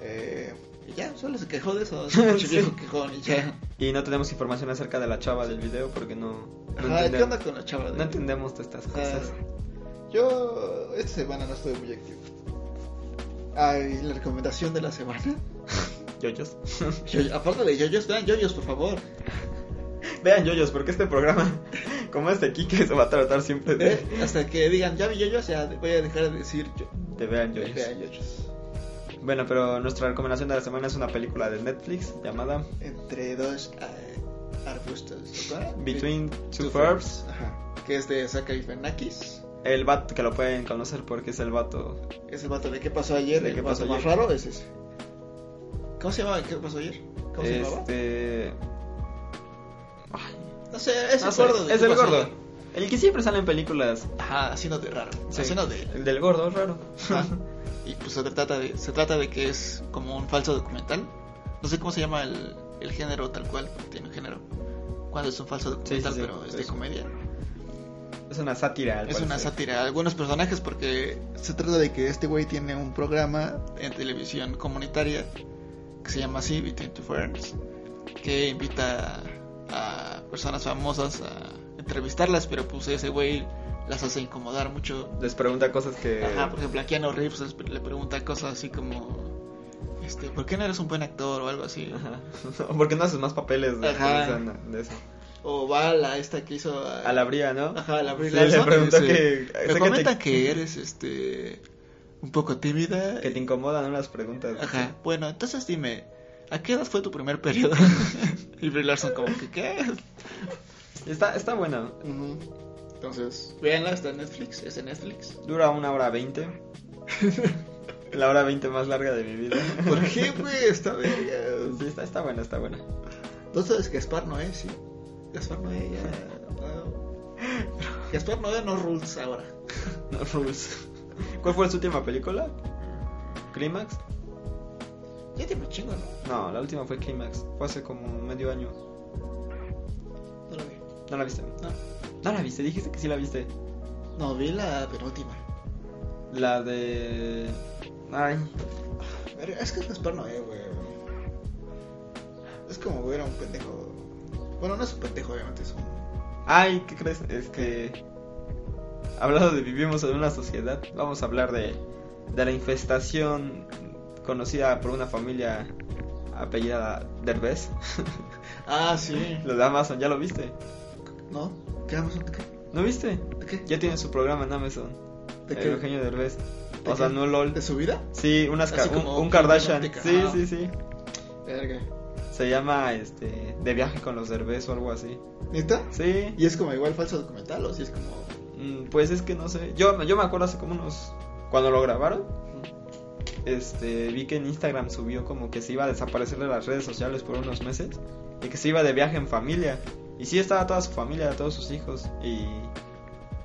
Eh, y ya, solo se quejó de eso. Es un pinche Sí. viejo quejón y ya. Y no tenemos información acerca de la chava del video porque no, no, Ajá, ¿qué entendemos, onda con la chava? de- no entendemos de estas cosas. Ah, yo esta semana no estoy muy activo. Ay, la recomendación de la semana. Yoyos. Yo- aparte de yoyos, vean yoyos, por favor. Vean yoyos porque este programa, como este Kike, se va a tratar siempre Eh, de, Hasta que digan, ya vi yoyos, ya voy a dejar de decir yo- de vean yoyos. vean yoyos. Bueno, pero nuestra recomendación de la semana es una película de Netflix llamada Entre dos eh, arbustos. ¿verdad? Between Two Verbs. Ajá. Que es de Zachary Benakis. El vato que lo pueden conocer porque es el vato. Es el vato de qué pasó ayer. ¿De el qué vato pasó más ayer? raro es ese. ¿Cómo se llamaba? ¿Qué pasó ayer? ¿Cómo se llamaba? Este. No sé, es no el sé, gordo. de es qué el pasó gordo. ayer. El que siempre sale en películas. Ajá, haciéndote raro. Sí, Haciéndote. El del gordo, raro. Ajá. Y pues se trata de se trata de que es como un falso documental. No sé cómo se llama el, el género tal cual, porque tiene un género. Cuando es un falso documental, sí, pero es de eso. comedia. Es una sátira. al es una parecer. sátira a algunos personajes porque se trata de que este güey tiene un programa en televisión comunitaria que se llama así, Between Two Ferns, que invita a personas famosas a entrevistarlas, pero pues ese güey las hace incomodar mucho Les pregunta cosas que. Ajá, por ejemplo, a Keanu Reeves les- le pregunta cosas así como... este, ¿por qué no eres un buen actor o algo así? Ajá. Porque no haces más papeles de, Ajá. de esa- de eso. O va a la esta que hizo. a- A la bría, ¿no? Ajá, a la Brie Sí, Larson. le preguntó Sí. que. sé Me que comenta te- que eres, este, un poco tímida. que te incomodan ¿no? las preguntas. Ajá. Bueno, entonces dime, ¿a qué edad fue tu primer periodo? y Brie Larson como que, ¿qué? Está, está buena. Ujú. Entonces, véanla, está en Netflix, es en Netflix. Dura una hora veinte. La hora veinte más larga de mi vida. ¿Por qué, güey? Está verga. Sí, está, está buena, está buena. Tú sabes que Gaspar Noé, sí. Gaspar Noé ya. no. Gaspar Noé no rules ahora. No rules. ¿Cuál fue su última película? ¿Climax? Ya tiene un chingo, ¿no? No, la última fue Climax. Fue hace como medio año. No lo vi. ¿No la viste? No. ¿No la viste? Dijiste que sí la viste. No, vi la penúltima. La de... Ay, Verga, Es que es Gaspar Noé, güey. Es como, güey, era un pendejo. Bueno, no es un pendejo, obviamente, es un. Ay, ¿qué crees? Este. Hablando de vivimos en una sociedad, vamos a hablar de, de la infestación conocida por una familia apellidada Derbez. Ah, sí. Lo de Amazon, ¿ya lo viste? ¿No? ¿Qué Amazon? ¿De qué? ¿No viste? ¿De qué? Ya tiene su programa en Amazon. ¿De el qué? Eh, Eugenio Derbez. ¿De O sea, qué? no LOL. ¿De su vida? Sí, unas ca- Así un, como un Kardashian. problemática. Sí, Ah. sí, sí. Verga. Se llama este De viaje con los Derbez o algo así. ¿Neta? Sí. ¿Y es como igual falso documental o si es como.? Mm, Pues es que no sé. Yo, yo me acuerdo hace como unos. Cuando lo grabaron, este, vi que en Instagram subió como que se iba a desaparecer de las redes sociales por unos meses y que se iba de viaje en familia. Y sí estaba toda su familia, todos sus hijos y,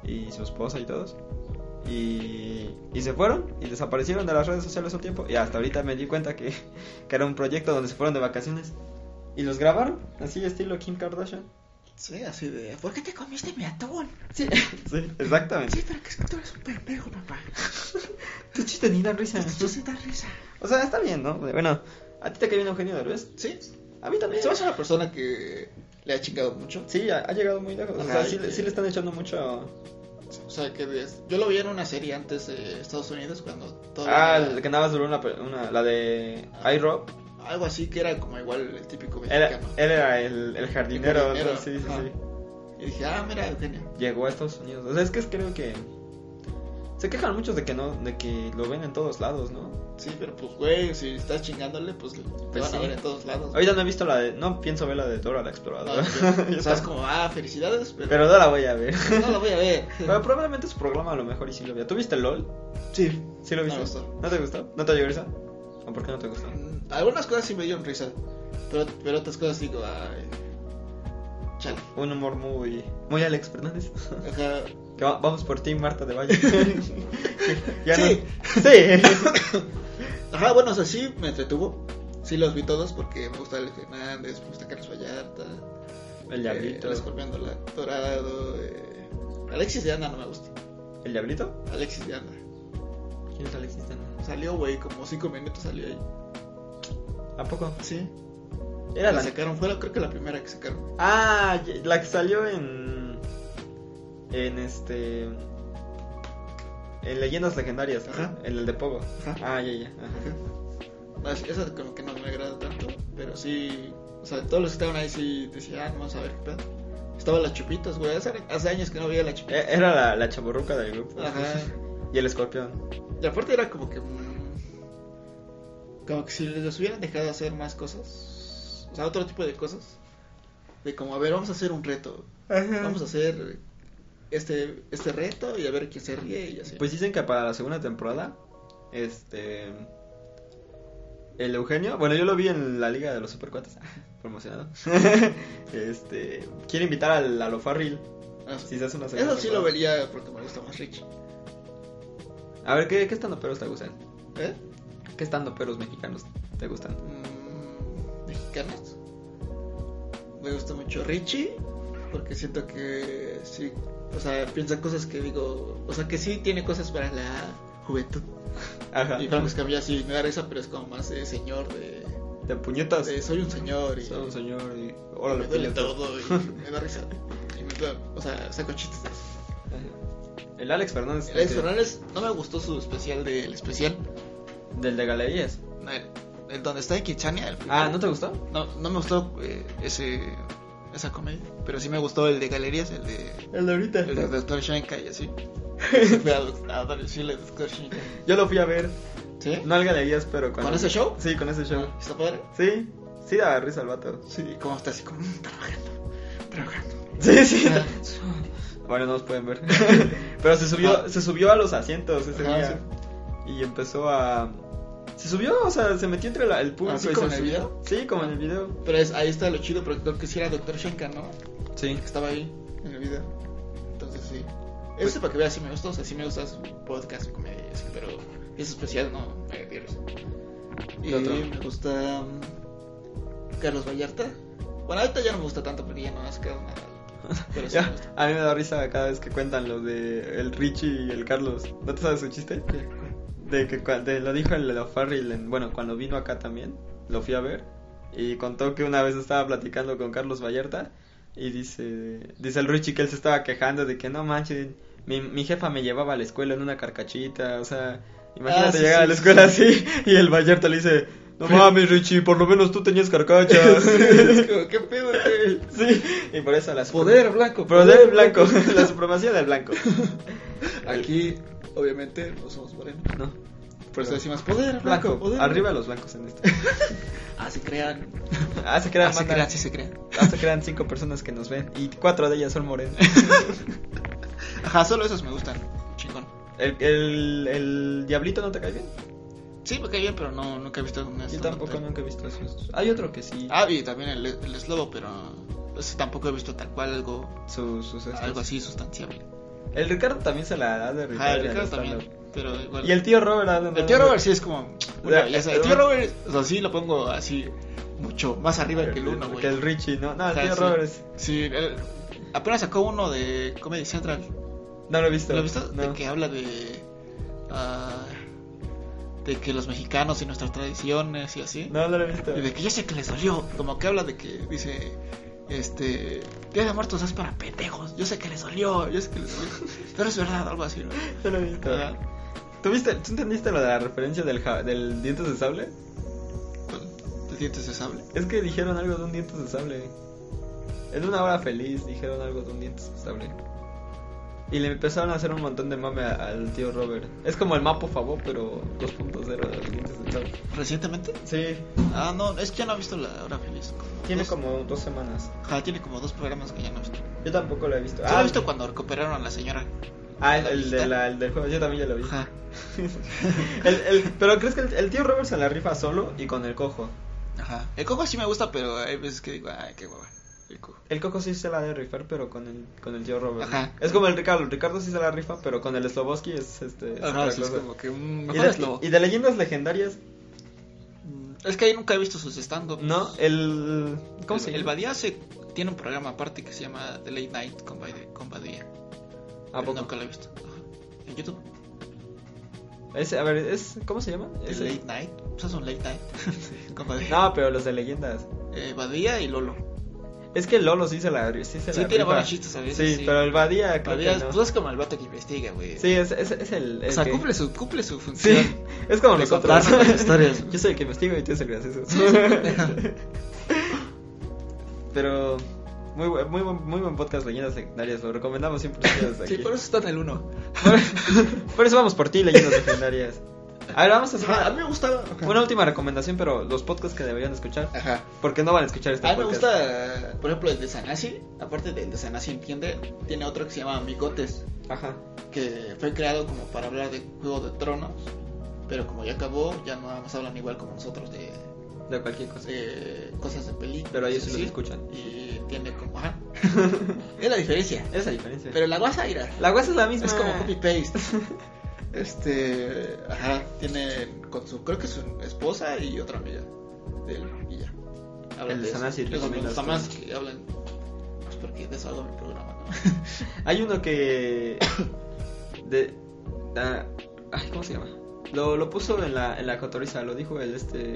y su esposa y todos. Y, y se fueron y desaparecieron de las redes sociales un tiempo. Y hasta ahorita me di cuenta que, que era un proyecto donde se fueron de vacaciones. Y los grabaron, así estilo Kim Kardashian. Sí, así de. ¿Por qué te comiste mi atún? Sí, sí, exactamente. Sí, pero que es que tú eres un pendejo, papá. Tu chiste ni da risa. Tú sí das risa. O sea, está bien, ¿no? Bueno, a ti te cae bien Eugenio Derbez. Sí. A mí también. Se me hace una persona que le ha chingado mucho. Sí, ha, ha llegado muy lejos. O Ajá, sea, y sí, le- que- sí le están echando mucho. O sea, que des- yo lo vi en una serie antes de Estados Unidos cuando todo. Ah, el que nada más duró una, pe- una- la de iRob. Algo así que era como igual el típico Él, mexicano. él era el, Pues, el jardinero, El jardinero, ¿no? sí, sí, ajá. sí. Y dije, ah, mira, Eugenio. Llegó a Estados Unidos. O sea, es que es- creo que se quejan muchos de que no, de que lo ven en todos lados, ¿no? Sí, pero pues, güey, si estás chingándole, pues te van sí. a ver en todos lados. Ahorita no he visto la de, no pienso ver la de Dora la exploradora. Ah, sí. o sea, es como, ah, felicidades, pero, Pero no la voy a ver. no lo voy a ver. Pero probablemente su programa a lo mejor y sí lo vea. ¿Tú viste LOL? Sí. ¿Sí lo No viste? me gustó. ¿No te gustó? ¿No te llegó risa? ¿O por qué no te gustó? Mm, Algunas cosas sí me dieron risa, pero, pero otras cosas digo, ay, chale. Un humor muy, muy Alex Fernández. Ajá. Que va- vamos por ti, Marta de Valle. Ya no- Sí. Sí. Ajá, bueno, o sea, sí me entretuvo. Sí los vi todos porque me gusta Alex Fernández, me gusta Carlos Vallarta, El eh, diablito. el Escorpión Dola- Dorado, eh, Alexis de Anda no me gusta. ¿El diablito? Alexis de Anda. ¿Quién es Alexis Tena? Salió, güey, como cinco minutos salió ahí. ¿A poco? Sí. Era la la. sacaron, fue la- creo que la primera que sacaron. Ah, y- la que salió en. En este. En Leyendas Legendarias. Ajá. En el de Pogo. Ajá. Ah, ya, ya. ajá. No, es- Esa como que no me agrada tanto, pero sí, o sea, todos los que estaban ahí sí decían, ah, vamos a ver qué pedo. Estaba la Chupitas, güey, hace, hace años que no veía la Chupitas. E- Era la, la chaborruca del grupo. Ajá. Y el escorpión. Y aparte era como que... mm, Como que si les hubieran dejado hacer más cosas, o sea, otro tipo de cosas. De como, a ver, vamos a hacer un reto. Vamos a hacer este, este reto y a ver quién se ríe y así. Pues dicen que para la segunda temporada, este. El Eugenio, bueno, yo lo vi en la Liga de los Supercuates, promocionado. este. Quiere invitar al Lalo Farril. Ah, Si se hace una segunda Eso sí temporada. lo vería porque me gusta más Rich. A ver, ¿qué, qué estandoperos te gustan? ¿Eh? ¿Qué estandoperos mexicanos te gustan? mm, mexicanos. Me gusta mucho Richie, porque siento que sí, o sea, piensa cosas que digo, o sea, que sí tiene cosas para la juventud. Ajá. Y Franco Escamilla sí me da risa, pero es como más de señor, de, pues, De puñetas. de soy un señor y Soy un señor y. me Órale, duele puñetas. todo y me da risa. Y me da- o sea, saco chistes. de eso. Ajá. El Alex Fernández. El Alex este, Fernández no me gustó su especial del especial. Del de Galerías. No, el- el donde está de Kichania. el Ah, primero. ¿no te gustó? no, no me gustó eh, ese, esa comedia, pero sí me gustó el de galerías, el de, El de ahorita. el de Doctor Shenka y así. Sí, fui a, a dar el desfile de Doctor Shenka. Yo lo fui a ver, ¿Sí? no al galerías, pero cuando... ¿Con ese show? Ah. Sí, con ese show. ¿Está padre? Sí, sí daba risa el vato. Sí, como está así, como mm, trabajando, trabajando. Sí, sí. Ah. Bueno, no los pueden ver. Pero se subió, Ah. se subió a los asientos ese Ajá, día. Y empezó a. Se subió, o sea, se metió entre la- el público. ¿Así y ¿Ah, como se en el subió. Sí, como en el video. Pero es- ahí está lo chido, pero creo que sí era Doctor Shenka, ¿no? Sí. Que estaba ahí en el video. Entonces sí. Eso para que veas si me gusta, o sea, si me gusta su podcast y comedia y así, pero es especial, no me refiero. Y ¿Qué otro? me gusta mm, Carlos Vallarta. Bueno, ahorita ya no me gusta tanto porque ya no has quedado nada. Pero sí me Ya, gusta. a mí me da risa cada vez que cuentan lo de el Richie y el Carlos. ¿No te sabes su chiste? De que cua- de- lo dijo el O'Farrill, en- bueno, cuando vino acá también, lo fui a ver y contó que una vez estaba platicando con Carlos Vallarta y dice, dice el Richie que él se estaba quejando de que no manches, mi, mi jefa me llevaba a la escuela en una carcachita, o sea, imagínate Ah, sí, llegar sí, a la sí, escuela así y el Vallarta le dice, no mames Richie, por lo menos tú tenías carcacha. Es como, ¿Qué pedo, güey? sí, y por eso las Poder blanco. Poder blanco, la supremacía del blanco. Aquí, obviamente, no somos morenos. No, Por eso decimos poder blanco. blanco, poder arriba los blancos en esto. Ah, se crean. Ah, se crean, Ah, se banda. crean, sí se crean. Ah, se crean cinco personas que nos ven y cuatro de ellas son morenas. Ajá, solo esos me gustan. Chingón. El, el, el diablito no te cae bien. Ah, Sí, me cae bien, pero no, nunca he visto una Yo stand-up tampoco tal. nunca he visto eso. Hay otro que sí. Ah, y también el, el eslobo, pero ese tampoco he visto tal cual algo, Sus, sus estos. algo así sustanciable. El Ricardo también se la da de Ricardo. Ah, el Ricardo también, pero igual. Y el tío Robert ah, no, El no, tío no. Robert sí es como una Ya, belleza. eh, El tío bueno. Robert, o sea, sí lo pongo así mucho más arriba que el uno, güey. Que el Richie, ¿no? No, el Ah, tío sí. Robert es- Sí, el- apenas sacó uno de Comedy Central. No lo he visto. ¿Lo has visto? No. De que habla de. ah, de que los mexicanos y nuestras tradiciones y así. No, no lo he visto. Y de que yo sé que les dolió. Como que habla de que dice. Este. Día de muertos es para pendejos. Yo sé que les dolió. Yo sé que les dolió. Pero es verdad, algo así, ¿no? No lo he visto. Ajá. ¿Tú, viste, ¿Tú entendiste lo de la referencia del, ja- del dientes de sable? ¿Te sientes de sable? Es que dijeron algo de un dientes de sable. En una hora feliz dijeron algo de un dientes de sable. Y le empezaron a hacer un montón de mame a- al tío Robert. Es como el mapo favor, pero 2.0 de los dientes de sable. ¿Recientemente? Sí, Ah, no, es que ya no he visto la hora feliz. Como tiene dos- como dos semanas. Ajá, tiene como dos programas que ya no he visto. Yo tampoco lo he visto. Solo he visto cuando recuperaron a la señora. ah, el, el de la- el del juego, yo también ya lo vi. Ajá. El- el- pero crees que el, el tío Robert se la rifa solo y con el cojo. Ajá. El coco sí me gusta, pero hay veces que digo, ay, qué guapa. El coco. El cojo sí se la de rifar, pero con el, con el tío Robert. Ajá. Es como el Ricardo. El Ricardo sí se la rifa, pero con el Sloboski es este. es Ajá, otra Ah, sí, es cosa. como que un Y mejor es de, lobo. y de leyendas legendarias, Mm, Es que ahí nunca he visto sus stand-up. ¿no? El. ¿Cómo el, se el llama? Badía se- tiene un programa aparte que se llama The Late Night con, Baide- con Badía. ¿A Pero poco? Nunca lo he visto. Ajá. En YouTube. Ese, a ver, es, ¿cómo se llama? The Ese. Late Night. Pues es un Late Night. con Badía. No, pero los de leyendas. Eh, Badía y Lolo. Es que Lolo sí se la. Sí, se Sí, la tiene rifa. buenos chistes a veces, Sí, sí. pero el Badía creo Badía que no. pues es como el vato que investiga, güey. Sí, es, es, es el. o el sea, que- cumple, su, cumple su función. Sí, es como de nosotros. contarnos las historias. Yo soy el que investigo y tú eres el gracioso. pero. Muy, buen- muy, buen- muy buen podcast, Leyendas Legendarias. Lo recomendamos siempre. a ustedes Sí, aquí. por eso está en el 1. Por eso vamos por ti, Leyendas Legendarias. A ver, vamos a hacer Ajá, a mí una, me gusta. Ajá. una última recomendación, pero los podcasts que deberían escuchar. Ajá. Porque no van a escuchar este A mí Ah, me podcast. gusta, por ejemplo, el de Sanasi. Aparte del de Sanasi Entiende, tiene otro que se llama Amigotes, Ajá. que fue creado como para hablar de Juego de Tronos. Pero como ya acabó, ya no más hablan igual como nosotros de, De cualquier cosa. de cosas de películas. Pero ellos sí así, los escuchan. Y tiene como, ajá. es la diferencia. Esa es la diferencia. Pero la vas a ir a. la guasa es la misma. Es como copy-paste. Este. Ajá, tiene con su, creo que su esposa y otra amiga de él, y ya. El de eso. Sanasi Luego me recomienda gusta esto. más que hablan, pues porque de eso habla mi programa, ¿no? Hay uno que. De. ah, ay, ¿cómo se llama? Lo, lo puso en la, en la cotoriza, lo dijo el este.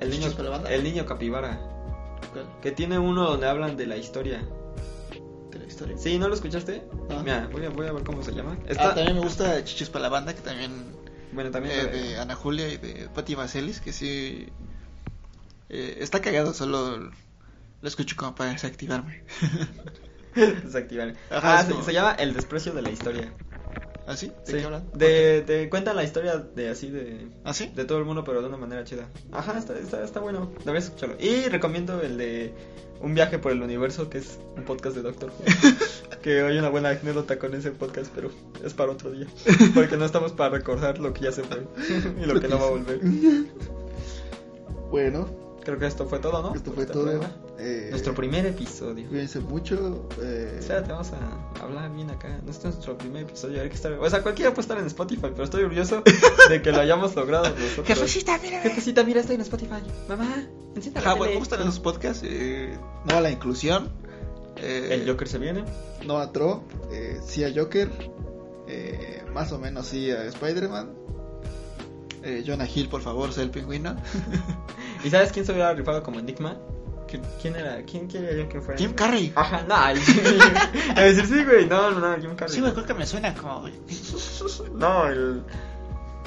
El niño, ¿Chispas para la banda? el niño capibara. ¿Cuál? Que tiene uno donde hablan de la historia. De la historia. ¿Sí? ¿No lo escuchaste? No. Mira, voy a, voy a ver cómo se llama. Ah, Está, también me gusta Chichis para la banda, que también Bueno, también. eh, la de- de Ana Julia y de Patti Vaselis, que sí. eh, está cagado, solo lo escucho como para desactivarme. Desactivar. Ajá, ah, es se, como- se llama El desprecio de la historia. ¿Ah, sí? ¿De Sí. qué hablan? De, te cuentan la historia de así de, ¿Ah, sí? de todo el mundo, pero de una manera chida. Ajá, está, está, está bueno. Deberías escucharlo. Y recomiendo el de Un viaje por el universo, que es un podcast de Doctor Who. que hay una buena anécdota con ese podcast, pero es para otro día. Porque no estamos para recordar lo que ya se fue y lo que no va a volver. Bueno, Creo que esto fue todo, ¿no? esto fue Este todo. programa. Eh, Nuestro primer episodio. Cuídense mucho. Eh, O sea, te vamos a hablar bien acá. No este es nuestro primer episodio. Hay que estar... O sea, cualquiera puede estar en Spotify, pero estoy orgulloso de que lo hayamos logrado nosotros. Jefecita, mira. Jefecita, mira, estoy en Spotify. Mamá, encienda la Ajá, bueno, tele. ¿cómo están esos podcasts? Eh, no a la inclusión. eh, El Joker se viene. no a Tro, eh, sí a Joker, eh, más o menos sí a Spider-Man. eh, Jonah Hill, por favor, sé el pingüino. ¿Y sabes quién se hubiera rifado como Enigma? ¿Qui- ¿Quién era? ¿Quién quería yo que fuera? Jim Carrey. Ajá, no. ay, sí. A decir, sí, güey. No, no, no, Jim Carrey. Sí, me acuerdo que me suena como. No, el.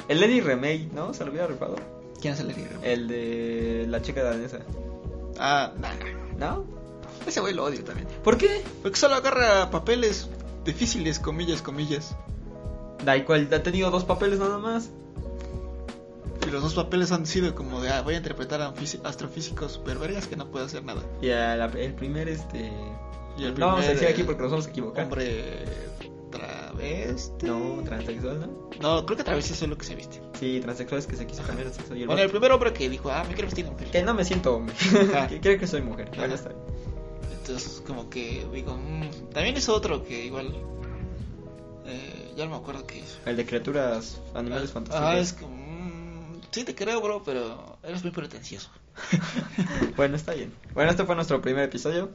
El Eddie Remake, ¿no? Se lo hubiera rifado. ¿Quién es el negro? El de la chica danesa. Ah, nah, nah. ¿No? Ese güey lo odio también. ¿Por qué? Porque solo agarra papeles difíciles, comillas, comillas. Da igual, ha tenido dos papeles nada más. Y los dos papeles han sido como de, ah, voy a interpretar a un fisi- astrofísico supervergas que no puede hacer nada. Y a la- el primer, este. Y el no vamos a primer, decir aquí eh, porque nos vamos a equivocar. Hombre travesti. No, transexual, ¿no? No, creo que travesti es lo que se viste. Sí, transexual es que se quiso cambiar de sexo. Y el Ah. Bueno, el vato- primer hombre que dijo, ah, me quiero vestir de mujer. Que no me siento hombre. Ajá. que creo que soy mujer. Ajá. Bueno, está bien. Entonces, como que digo, mm, también es otro que igual. Eh, ya no me acuerdo qué es. El de criaturas, animales fantásticos. Ah, es como. mm, sí, te creo, bro, pero eres muy pretencioso. Bueno, está bien. Bueno, este fue nuestro primer episodio.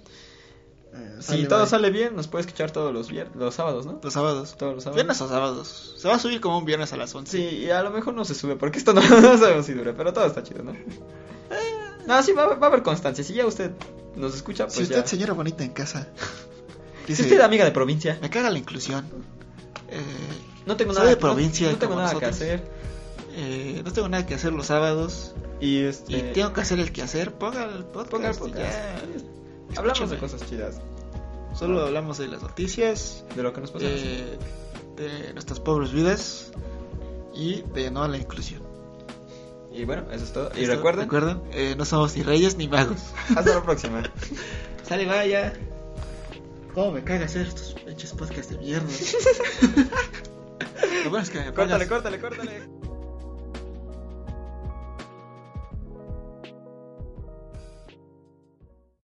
Eh, si todo sale bien, nos puede escuchar todos los vier... los sábados, ¿no? Los sábados. Todos los sábados. Viernes o sábados. Se va a subir como un viernes a las 11. Sí, y a lo mejor no se sube porque esto no, no sabemos si dura, pero todo está chido, ¿no? No, sí, va, a- va a haber constancia. Si ya usted nos escucha, pues si usted, ya. señora bonita en casa, Si dice, usted es amiga de provincia, me caga la inclusión, eh, no tengo Soy nada, de no- provincia, no, tengo como nada nosotros. que hacer. eh, no tengo nada que hacer los sábados Y este, y tengo que hacer el quehacer, ponga el podcast. Ponga el y podcast. ya. hablamos de Escúchame. cosas chidas, Solo hablamos de las noticias, de lo que nos pasa. de, de nuestras pobres vidas y de no a la inclusión. Y bueno, eso es todo. Y ¿Listo? recuerden, Recuerden, eh, no somos ni reyes ni magos. hasta la próxima. Sale, vaya. ¿Cómo me caga hacer estos pinches podcasts de mierda? Lo bueno es que me pagas. córtale, córtale, córtale.